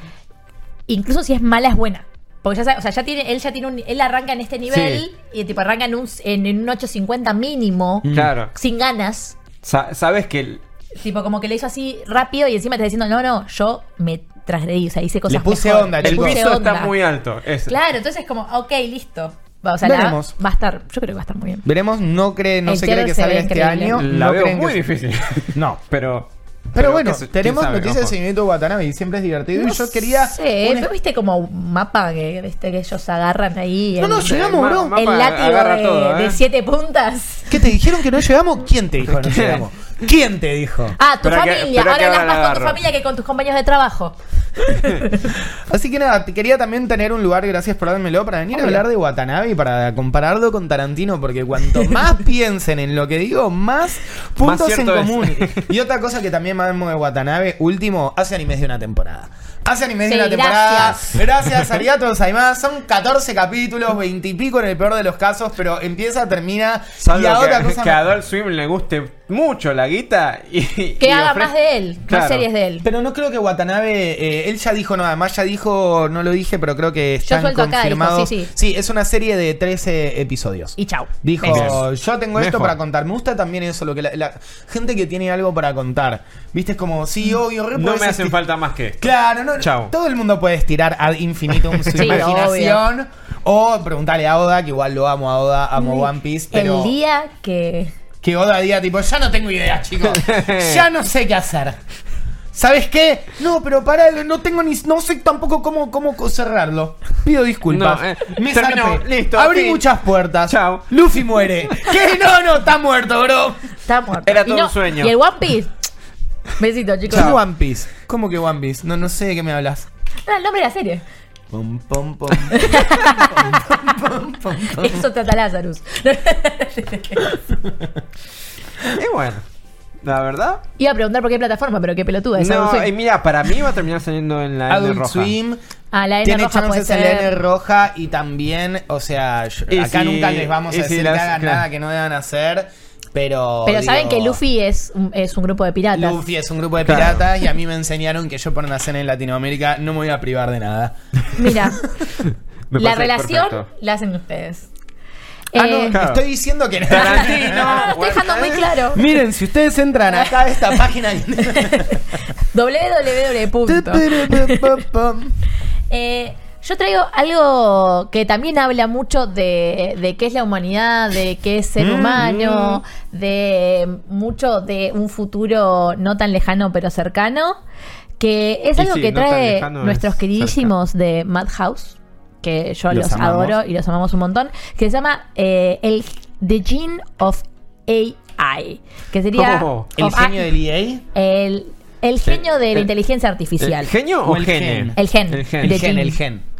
incluso si es mala es buena. Porque ya sabe, o sea, ya tiene, él ya tiene un, él arranca en este nivel y tipo arranca en un, en, en un 850 mínimo, Claro. sin ganas. Sa- sabes que el- Tipo, como que le hizo así rápido y encima está diciendo, no, no, yo me transgredí, o sea, hice cosas Le puse mejor, onda, le el chicos. puse piso onda". está muy alto. es- Claro, entonces es como, ok, listo. Va, O sea, la- Veremos. va a estar, yo creo que va a estar muy bien. Veremos, no cree, no El se cree trailer que se salga ve este increíble. año. La no veo creen que muy se- difícil. No. pero Pero bueno, qué sé- quién tenemos sabe, noticias del ojo. señorito Watanabe y siempre es divertido. No y yo quería. sé, un ¿no viste como un mapa que, viste, que ellos agarran ahí? No, el- no, llegamos, eh, ma- bro. ma- El Mapa látigo agarra de, todo, ¿eh? de siete puntas. ¿Qué te dijeron que no llegamos? ¿Quién te dijo que no llegamos? ¿Quién te dijo? Ah, tu Espera que- familia. espera que Ahora hablas ahora más con tu agarro. familia que con tus compañeros de trabajo. Así que nada, te quería también tener un lugar, gracias por dármelo, para venir a hablar de Watanabe y para compararlo con Tarantino, porque cuanto más piensen en lo que digo, más puntos en cierto es. común. Y otra cosa que también amo de Watanabe, último, hace animes de una temporada. Hace animes Sí, de una temporada. gracias. Gracias, Arigato Saimada. Son 14 capítulos, 20 y pico en el peor de los casos, pero empieza, termina. Salvo y a otra que, cosa que más. a Adult Swim le guste mucho la guita y. Que haga más de él, más series de él. Pero no creo que Watanabe, eh, él ya dijo nada más, ya dijo, no lo dije, pero creo que están suelto acá, confirmados. dijo, sí, sí. es una serie de 13 episodios. Y chau. Dijo, Besos. yo tengo esto Mejor. para contar. Me gusta también eso, lo que la, la gente que tiene algo para contar. Viste, es como, sí, obvio, re No podés me hacen esti- falta más que esto. Claro, no, Chau. todo el mundo puede estirar ad infinitum su Sí, imaginación. O preguntarle a Oda, que igual lo amo a Oda, amo One Piece, pero El día que. que Oda diga tipo, ya no tengo idea, chicos. ya no sé qué hacer. ¿Sabes qué? No, pero pará, no tengo ni. No sé tampoco cómo, cómo co- cerrarlo. Pido disculpas. No, eh, Me terminó, zarpé. listo, Abrí fin. muchas puertas. Chao. Luffy muere. ¿Qué? No, no, está muerto, bro. Está muerto. Era Y todo no- un sueño. Y el One Piece. Besito, ¿Qué chicos. es One Piece? ¿Cómo que One Piece? No, no sé de qué me hablas. Era Ah, el nombre de la serie. Pum, pum, pum. Eso trata Lazarus. Y bueno, la verdad. Iba a preguntar por qué plataforma, pero qué pelotuda es No, Adult Swim. y mira, para mí va a terminar saliendo en la N Adult roja. Swim. Ah, la N Tiene roja puede chances en la ser. N roja y también, o sea, yo- Y acá si- nunca les vamos a y si decir las- que hagan claro. nada que no deban hacer, pero. Pero saben digo- que Luffy es un, es un grupo de piratas. Luffy es un grupo de Claro. piratas y a mí me enseñaron que yo por nacer en Latinoamérica no me voy a privar de nada. Mira, Me parece la relación perfecto. la hacen ustedes. Ah, Eh, no, claro. estoy diciendo que no, lo estoy dejando muy claro. Miren, si ustedes entran acá a esta página. www. punto. Eh, yo traigo algo que también habla mucho de, de qué es la humanidad, de qué es ser humano, de mucho de un futuro no tan lejano pero cercano, que es Y algo sí, que no tan trae lejano nuestros es queridísimos de Madhouse, que yo Los los, amamos. adoro y los amamos un montón, que se llama eh, el The Gene of AI, que sería Oh, El of genio AI, del E EA. el, el genio de la el- inteligencia artificial. ¿El Eh, genio o O el el gen. gene? El gen. El gen. De El gen, Jimmy. el gen.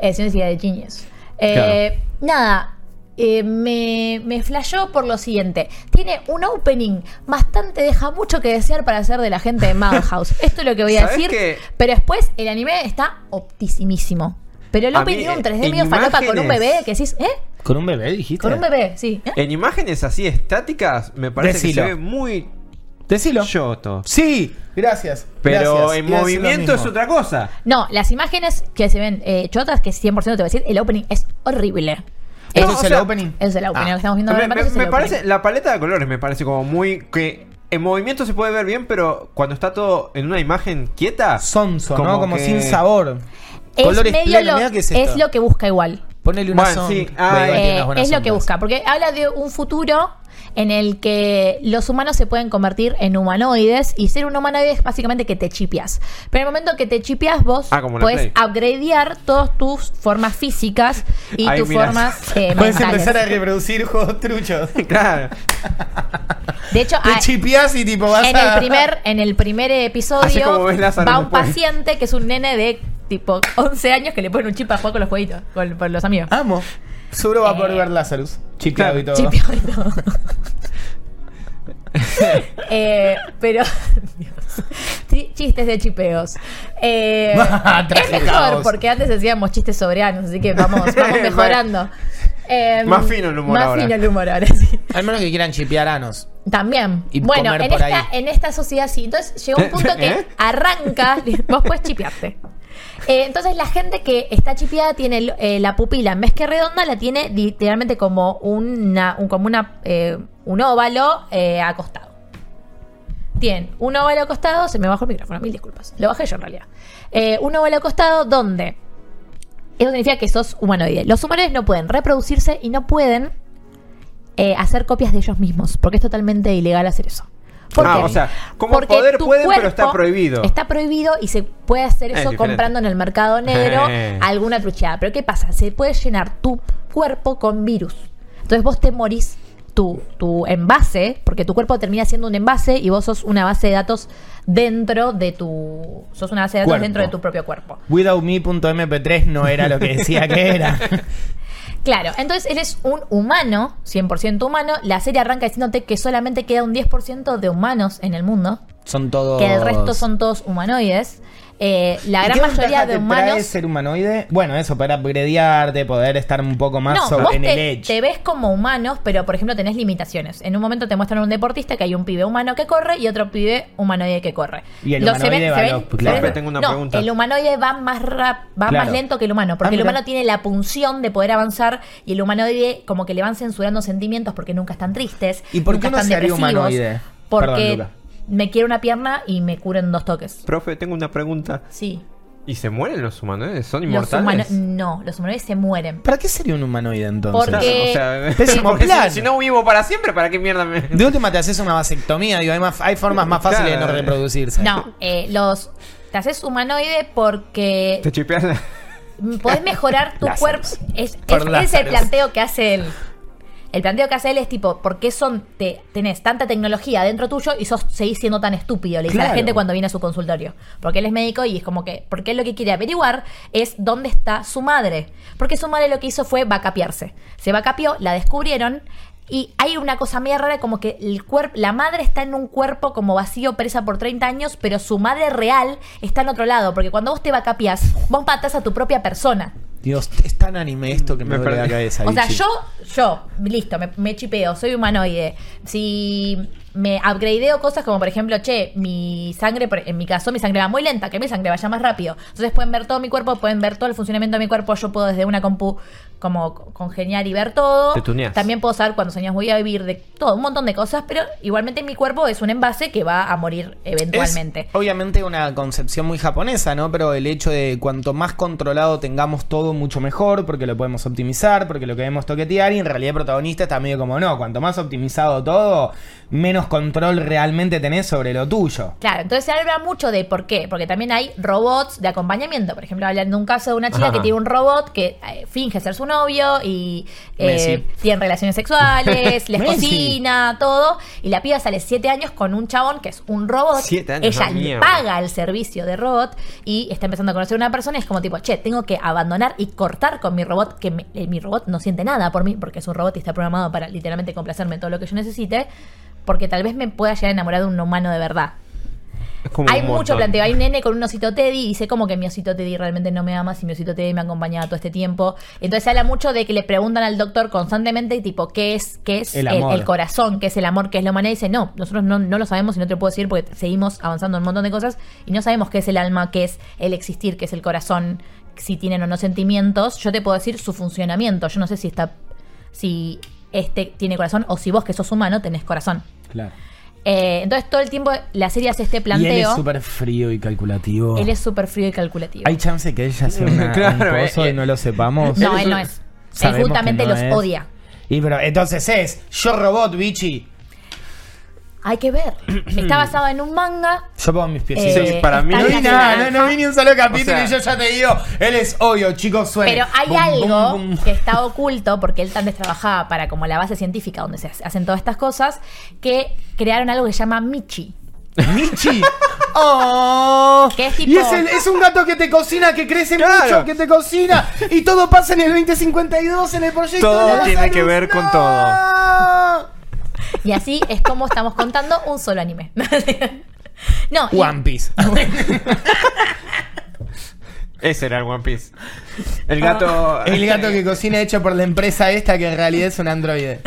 Eh, si no decía de Genius. Eh, Nada, eh, me, me flashó por lo siguiente. Tiene un opening bastante, deja mucho que desear para ser de la gente de Madhouse. Esto es lo que voy a ¿Sabes decir. qué? Pero después el anime está optimísimo. Pero el A opening mí, tiene un 3D en medio falopa con un imágenes- bebé que decís, ¿eh? ¿Con un bebé dijiste? Con un bebé, sí. ¿eh? En imágenes así estáticas, me parece Decilo. que se ve muy Decilo. choto. Sí, gracias. Pero gracias. en Iba a decir lo movimiento es mismo. otra cosa. No, las imágenes que se ven eh, chotas, que 100% te voy a decir, el opening es horrible. ¿Eso No, es o el sea, opening? Es el opening, Ah. lo que estamos viendo ahora me en pantalla me- es el me parece, opening. la paleta de colores me parece como muy que en movimiento se puede ver bien, pero cuando está todo en una imagen quieta, Sonso, ¿no? Como Como que- sin sabor. Es, Colores medio plenos, lo- mirá qué es esto. es lo que busca igual. Ponele una Bueno, son- sí, Bueno, ah, tiene Eh, unas buenas es lo que sombras. busca, porque habla de un futuro en el que los humanos se pueden convertir en humanoides y ser un humanoide es básicamente que te chipeas. Pero en el momento que te chipeas vos Ah, como la puedes Play. upgradear todas tus formas físicas y Ahí tus mirás. formas eh, Puedes empezar a mentales. reproducir juegos truchos. claro, De hecho, Te a- chipeás y tipo vas en a... el primer en el primer Así episodio como ves Lázaro va un después. paciente que es un nene de tipo 11 años que le ponen un chip a jugar con los jueguitos, con, con los amigos. Amo. Seguro va a poder Eh, ver Lazarus. Chipeado y todo. Chipeado y todo. Eh, pero. Dios. Sí, Chistes de chipeos. Eh, es Traje mejor caos. porque antes hacíamos chistes soberanos, así que vamos, vamos mejorando. Eh, Más fino el humor más ahora. fino el humor ahora, sí. Al menos que quieran chipear anos. También. Y bueno, comer en por esta, ahí. en esta sociedad sí. Entonces llegó un punto que ¿Eh? arranca, vos puedes chipearte. Eh, entonces la gente que está chipeada tiene el- eh, la pupila en vez que redonda, la tiene literalmente como, una, un, como una, eh, un óvalo eh, acostado. Tienen un óvalo acostado, se me bajó el micrófono, mil disculpas. Lo bajé yo en realidad. Eh, un óvalo acostado donde eso significa que sos humanoide. Los humanoides no pueden reproducirse y no pueden eh, hacer copias de ellos mismos, porque es totalmente ilegal hacer eso. ¿Por Ah, qué? o sea, como poder tu pueden, pero cuerpo está prohibido. Está prohibido y se puede hacer Es eso diferente. comprando en el mercado negro Eh. alguna truchada. Pero ¿qué pasa? Se puede llenar tu cuerpo con virus. Entonces vos te morís tu, tu envase, porque tu cuerpo termina siendo un envase y vos sos una base de datos dentro de tu... Sos una base de datos Cuerpo. dentro de tu propio cuerpo. WidowMe.mp3 no era lo que decía que era. Claro, entonces eres un humano, 100% humano. La serie arranca diciéndote que solamente queda un 10% de humanos en el mundo, Son todos. que el resto son todos humanoides. Eh, la ¿Y gran qué mayoría de ventaja te trae humanos... ser humanoide? Bueno, eso, para upgradearte, poder estar un poco más No, sobre- vos en el te, edge. te ves como humanos, pero por ejemplo tenés limitaciones. En un momento te muestran un deportista que hay un pibe humano que corre y otro pibe humanoide que corre. Y el Los- se humanoide ven- va se a ven- lo- se claro. ven- tengo una no, pregunta. El humanoide va más rap- va Claro. más lento que el humano, porque el Ah, mira. humano tiene la punción de poder avanzar y el humanoide como que le van censurando sentimientos porque nunca están tristes. ¿Y por qué nunca uno están se haría depresivos, humanoide? Perdón, Porque Luca. me quiero una pierna y me curan dos toques. Profe, tengo una pregunta. Sí. ¿Y se mueren los humanoides? ¿Son Los humano- inmortales? no, los humanoides se mueren. ¿Para qué sería un humanoide entonces? Claro, Porque- o sea, Pésimo porque si- plan. Si, no vivo para siempre, ¿para qué mierda me.? De última te haces una vasectomía, digo, hay, más- hay formas más fáciles de no Claro. reproducirse. No, eh, los. Te haces humanoide porque Te chipeas la- podés mejorar tu Láseres. cuerpo. Es, es- Por ese es el láseres. planteo que hace él. El planteo que hace él es tipo, ¿por qué son, te, tenés tanta tecnología dentro tuyo y sos, seguís siendo tan estúpido? Le dice a la Claro. gente cuando viene a su consultorio. Porque él es médico y es como que, porque él lo que quiere averiguar es dónde está su madre. Porque su madre lo que hizo fue vacapearse. Se vacapió, la descubrieron y hay una cosa media rara como que el cuerp- la madre está en un cuerpo como vacío, presa por 30 años, pero su madre real está en otro lado. Porque cuando vos te vacapiás, vos matás a tu propia persona. Dios, es tan anime esto que me, Me duele la perdí. cabeza. O sea, Vichy. yo, yo, listo, me, me chipeo, soy humanoide. Si me upgradeo cosas como, por ejemplo, che, mi sangre, por- en mi caso, mi sangre va muy lenta, que mi sangre vaya más rápido. Entonces pueden ver todo mi cuerpo, pueden ver todo el funcionamiento de mi cuerpo. Yo puedo desde una compu como co- congeniar y ver todo. Te tuneás. También puedo saber cuántos años voy a vivir, de todo, un montón de cosas, pero igualmente mi cuerpo es un envase que va a morir eventualmente. Es, obviamente una concepción muy japonesa, ¿no? Pero el hecho de cuanto más controlado tengamos todo, mucho mejor, porque lo podemos optimizar, porque lo queremos toquetear, y en realidad el protagonista está medio como, no, cuanto más optimizado todo, menos control realmente tenés sobre lo tuyo. Claro, entonces se habla mucho de por qué, porque también hay robots de acompañamiento. Por ejemplo, hablan de un caso de una chica Ajá. que tiene un robot que eh, finge ser su novio y eh, Messi. tienen relaciones sexuales, les Messi. cocina, todo. Y la piba sale siete años con un chabón que es un robot. Siete años, Ella ah, le mierda. paga el servicio de robot y está empezando a conocer a una persona. Y es como tipo, che, tengo que abandonar y cortar con mi robot, que me- eh, mi robot no siente nada por mí, porque es un robot y está programado para literalmente complacerme en todo lo que yo necesite. Porque tal vez me pueda llegar a enamorar de un humano de verdad. es como Hay un mucho montón. planteo. Hay un nene con un osito Teddy y dice como que mi osito Teddy realmente no me ama si mi osito Teddy me acompañaba todo este tiempo. Entonces se habla mucho de que le preguntan al doctor constantemente tipo qué es, qué es El el, amor. el corazón, qué es el amor, qué es la humanidad. Y dice, no, nosotros no, no lo sabemos y no te lo puedo decir porque seguimos avanzando en un montón de cosas y no sabemos qué es el alma, qué es el existir, qué es el corazón, si tienen o no sentimientos. Yo te puedo decir su funcionamiento. Yo no sé si está, si este tiene corazón o si vos que sos humano tenés corazón. Claro. Eh, entonces todo el tiempo la serie hace este Y planteo. él es súper frío y calculativo. Él es súper frío y calculativo. ¿Hay chance que ella sea una, Claro, un coso eh, y no lo sepamos? no, él no es. Él Sabemos justamente que no los es. odia. Y pero entonces es, yo robot, bichi. Hay que ver. Está basado en un manga. Yo pongo mis piecitos. Sí, para mí- está No en vi la nada, naranja, no, no vi ni un solo capítulo O sea- y yo ya te digo, él es obvio, chicos, suena. Pero hay Bum, algo bum, bum. que está oculto, porque él antes trabajaba para como la base científica donde se hacen todas estas cosas, que crearon algo que se llama Michi. ¡Michi! ¡Oh! ¿Qué es tipo? Y es, el- es un gato que te cocina, que crece Claro. mucho, que te cocina. Y todo pasa en el 2052 en el proyecto. Todo de la tiene salud. que ver con ¡No! Y así es como estamos contando un solo anime. No, y- One Piece. Ese era el One Piece. El gato. el gato que cocina hecho por la empresa esta que en realidad es un androide.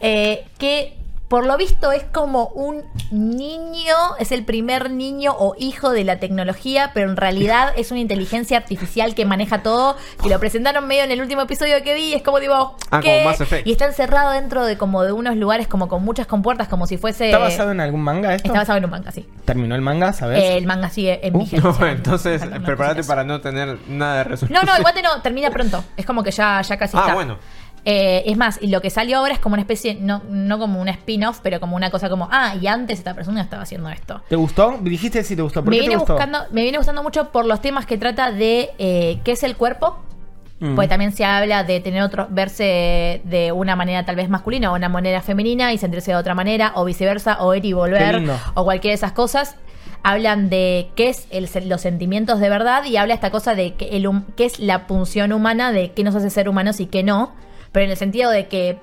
Eh, que por lo visto es como un niño, es el primer niño o hijo de la tecnología, pero en realidad es una inteligencia artificial que maneja todo, que lo presentaron medio en el último episodio que vi, es como digo, Ah, como ¿qué? Mass Effect. y está encerrado dentro de como de unos lugares como con muchas compuertas, como si fuese... ¿Está basado en algún manga esto? Está basado en un manga, sí. ¿Terminó el manga, sabes? Eh, el manga sigue en Uh, vigencia. No, entonces, Faltan unas prepárate cositas. para no tener nada de resultado. No, no, igual te no, termina pronto. Es como que ya, ya casi Ah, está. bueno. Eh, es más, y lo que salió ahora es como una especie, no, no como un spin-off, pero como una cosa como, ah, y antes esta persona estaba haciendo esto. ¿Te gustó? Dijiste si te gustó. Ah, ¿Por Me qué te viene, gustó? buscando, me viene gustando mucho por los temas que trata de eh, qué es el cuerpo. Mm. Pues también se habla de tener otro, verse de una manera tal vez masculina o una manera femenina y sentirse de otra manera, o viceversa, o ir y volver, lindo. o cualquiera de esas cosas. Hablan de qué es el sen- los sentimientos de verdad y habla esta cosa de que el hum- qué es la punción humana, de qué nos hace ser humanos y qué no. Pero en el sentido de que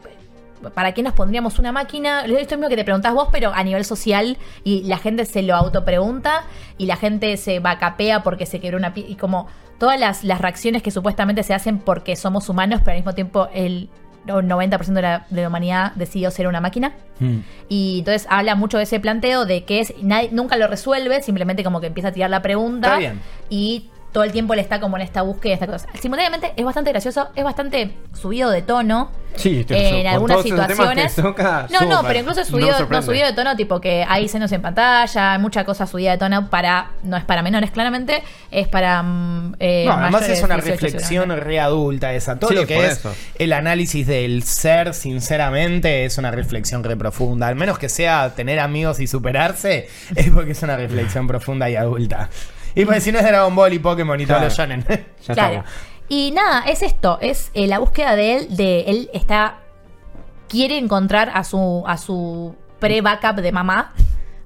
¿Para qué nos pondríamos una máquina? Esto es lo que te preguntás vos, pero a nivel social y la gente se lo autopregunta y la gente se vacapea porque se quebró una pie y como todas las, las reacciones que supuestamente se hacen porque somos humanos, pero al mismo tiempo el 90% de la, de la humanidad decidió ser una máquina. Mm. Y entonces habla mucho de ese planteo de que es nadie, nunca lo resuelve, simplemente como que empieza a tirar la pregunta Está bien. y todo el tiempo le está como en esta búsqueda, esta cosa. Simultáneamente es bastante gracioso, es bastante subido de tono Sí, te- en con algunas todos esos temas situaciones. que toca, no, súper. no, pero incluso No subido, me no, sorprende. subido de tono, tipo que hay senos en pantalla, hay mucha cosa subida de tono para, no es para menores claramente, es para... mm, eh, No, además mayores es una 18 reflexión seguramente. readulta esa. Todo Sí, lo que por es eso. el análisis del ser, sinceramente, es una reflexión re profunda. Al menos que sea tener amigos y superarse, es porque es una reflexión profunda y adulta. Y pues si no es Dragon Ball y Pokémon y Claro. todos los shonen. Ya Claro. estamos. Y nada, es esto, es eh, la búsqueda de él, de él está quiere encontrar a su a su pre-backup de mamá,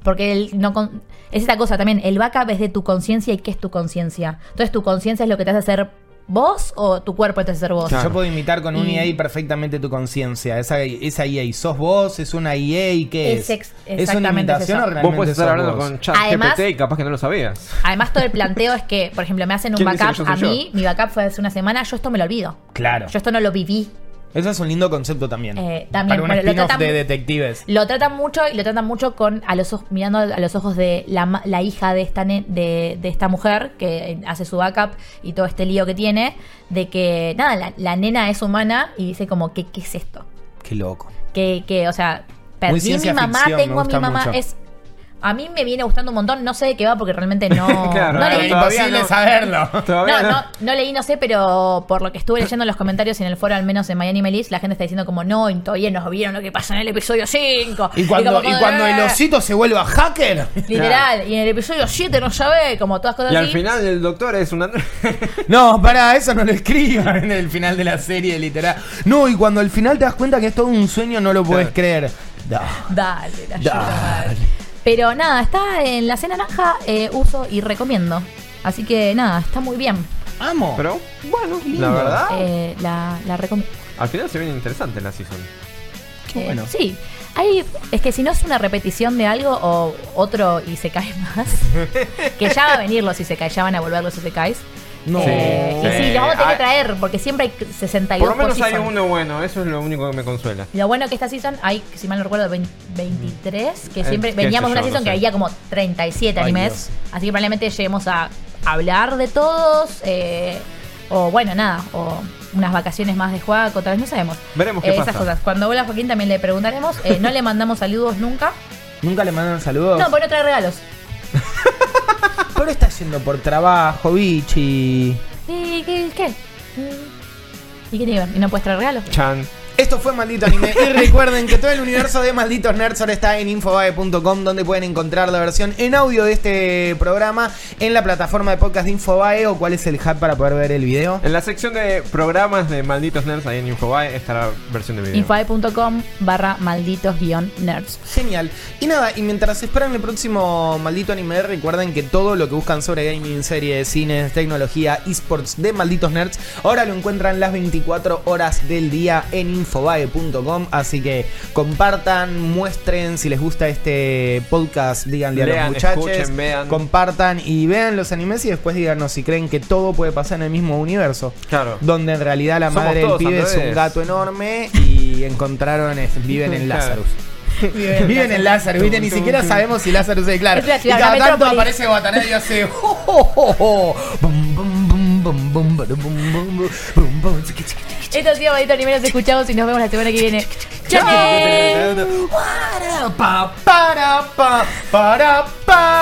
porque él no con- es esta cosa también, el backup es de tu conciencia y qué es tu conciencia. Entonces tu conciencia es lo que te hace ser vos o tu cuerpo te hace ser vos. Claro. Yo puedo imitar con un Y- EA perfectamente tu conciencia. Esa, E esa EA, ¿sos vos? ¿Es una EA? ¿Qué Es es? ex- una exactamente es eso. imitación o Vos realmente Vos podés estar sos hablando vos? con ChatGPT Además- y capaz que no lo sabías. Además todo el planteo es que, por ejemplo, me hacen un ¿Quién dice que backup yo a soy yo? mí, mi backup fue hace una semana, yo esto me lo olvido. Claro. Yo esto no lo viví. Eso es un lindo concepto también. Eh, también, Para un bueno, lo spin-off tratan- de detectives. Lo tratan mucho y lo tratan mucho con a los ojos, mirando a los ojos de la, ma- la hija de esta, ne- de, de esta mujer que eh, hace su backup y todo este lío que tiene, de que nada, la, la nena es humana y dice como, ¿qué, qué es esto? Qué loco. Que, que o sea, Muy perdí a mi ciencia mamá, ficción, me tengo a mi gusta mamá, mucho. es... A mí me viene gustando un montón, no sé de qué va porque realmente no... Claro, no claro, leí- todavía no. saberlo. Todavía no, no, no leí, no sé, pero por lo que estuve leyendo en los comentarios y en el foro, al menos en Miami Melis, la gente está diciendo como, no, todavía nos vieron lo que pasa en el episodio 5. Y cuando, como, y cuando el "Eh". osito se vuelva hacker. Literal, y en el episodio 7 no sabe, como todas cosas Y así. al final el doctor es un... andro- No, para eso no lo escriban en el final de la serie, literal. No, y cuando al final te das cuenta que es todo un sueño, no lo puedes creer. Da. Dale, la Dale. ayuda, dale. Pero nada, está en la cena naranja, eh, uso y recomiendo. Así que nada, está muy bien. Amo. Pero bueno, lindo. la verdad, Ah. Eh, la, la recomiendo. al final se viene interesante la season. Qué Eh, bueno. Sí. Hay, es que si no es una repetición de algo o otro y se cae más, que ya va a venir los y se cae, ya van a volver los y se caes. No. Eh, y Sí. sí, los vamos a tener que Ah. traer porque siempre hay 62 Por lo menos hay season. uno bueno, eso es lo único que me consuela. Lo bueno que esta season hay, si mal no recuerdo, 20 23, que Eh, siempre qué veníamos de sé una yo, season no que sé. había como 37 Ay, animes. Dios. Así que probablemente lleguemos a hablar de todos, eh, o bueno, nada, o unas vacaciones más de Juaco, tal vez no sabemos. Veremos qué Eh, Esas pasa. cosas. Cuando vuelva Joaquín también le preguntaremos. Eh, no le mandamos saludos nunca. Nunca le mandan saludos. No, pero trae regalos. Pero está yendo por trabajo, bichi. ¿Y qué? qué? Mm. ¿Y qué te digo? ¿Y no puedes traer regalos? Chan. Esto fue Maldito Anime. Y recuerden que todo el universo de Malditos Nerds ahora está en infobae.com, donde pueden encontrar la versión en audio de este programa en la plataforma de podcast de Infobae o cuál es el hub para poder ver el video. En la sección de programas de Malditos Nerds ahí en Infobae está la versión de video. Infoae.com barra malditos guión nerds. Genial. Y nada, y mientras esperan el próximo maldito anime, recuerden que todo lo que buscan sobre gaming, series, cines, tecnología, esports de malditos nerds, ahora lo encuentran las 24 horas del día en infobae.com. Así que compartan, muestren si les gusta este podcast, díganle a Lean, los muchachos. escuchen, vean. Compartan y vean los animes y después díganos si creen que todo puede pasar en el mismo universo. Claro. Donde en realidad la Somos madre del todos pibe es un androides. gato enorme y encontraron, es- viven en Claro. Lazarus. Viven en Lázaro, ¿viste? Ni siquiera sabemos si Lázaro se declara. Es la Y ciudad, cada la tanto metrópolis. aparece Guataná y hace. "Jo, jo, jo, jo". Bum, bum, bum, bum, bum, bada, bum, bum, bum, bum, bum, chiqui, chiqui, chiqui. Esto ha sido Maldito Anime, nos escuchamos y nos vemos la semana que viene. ¡Chao! Para, pa, para, pa, para, pa.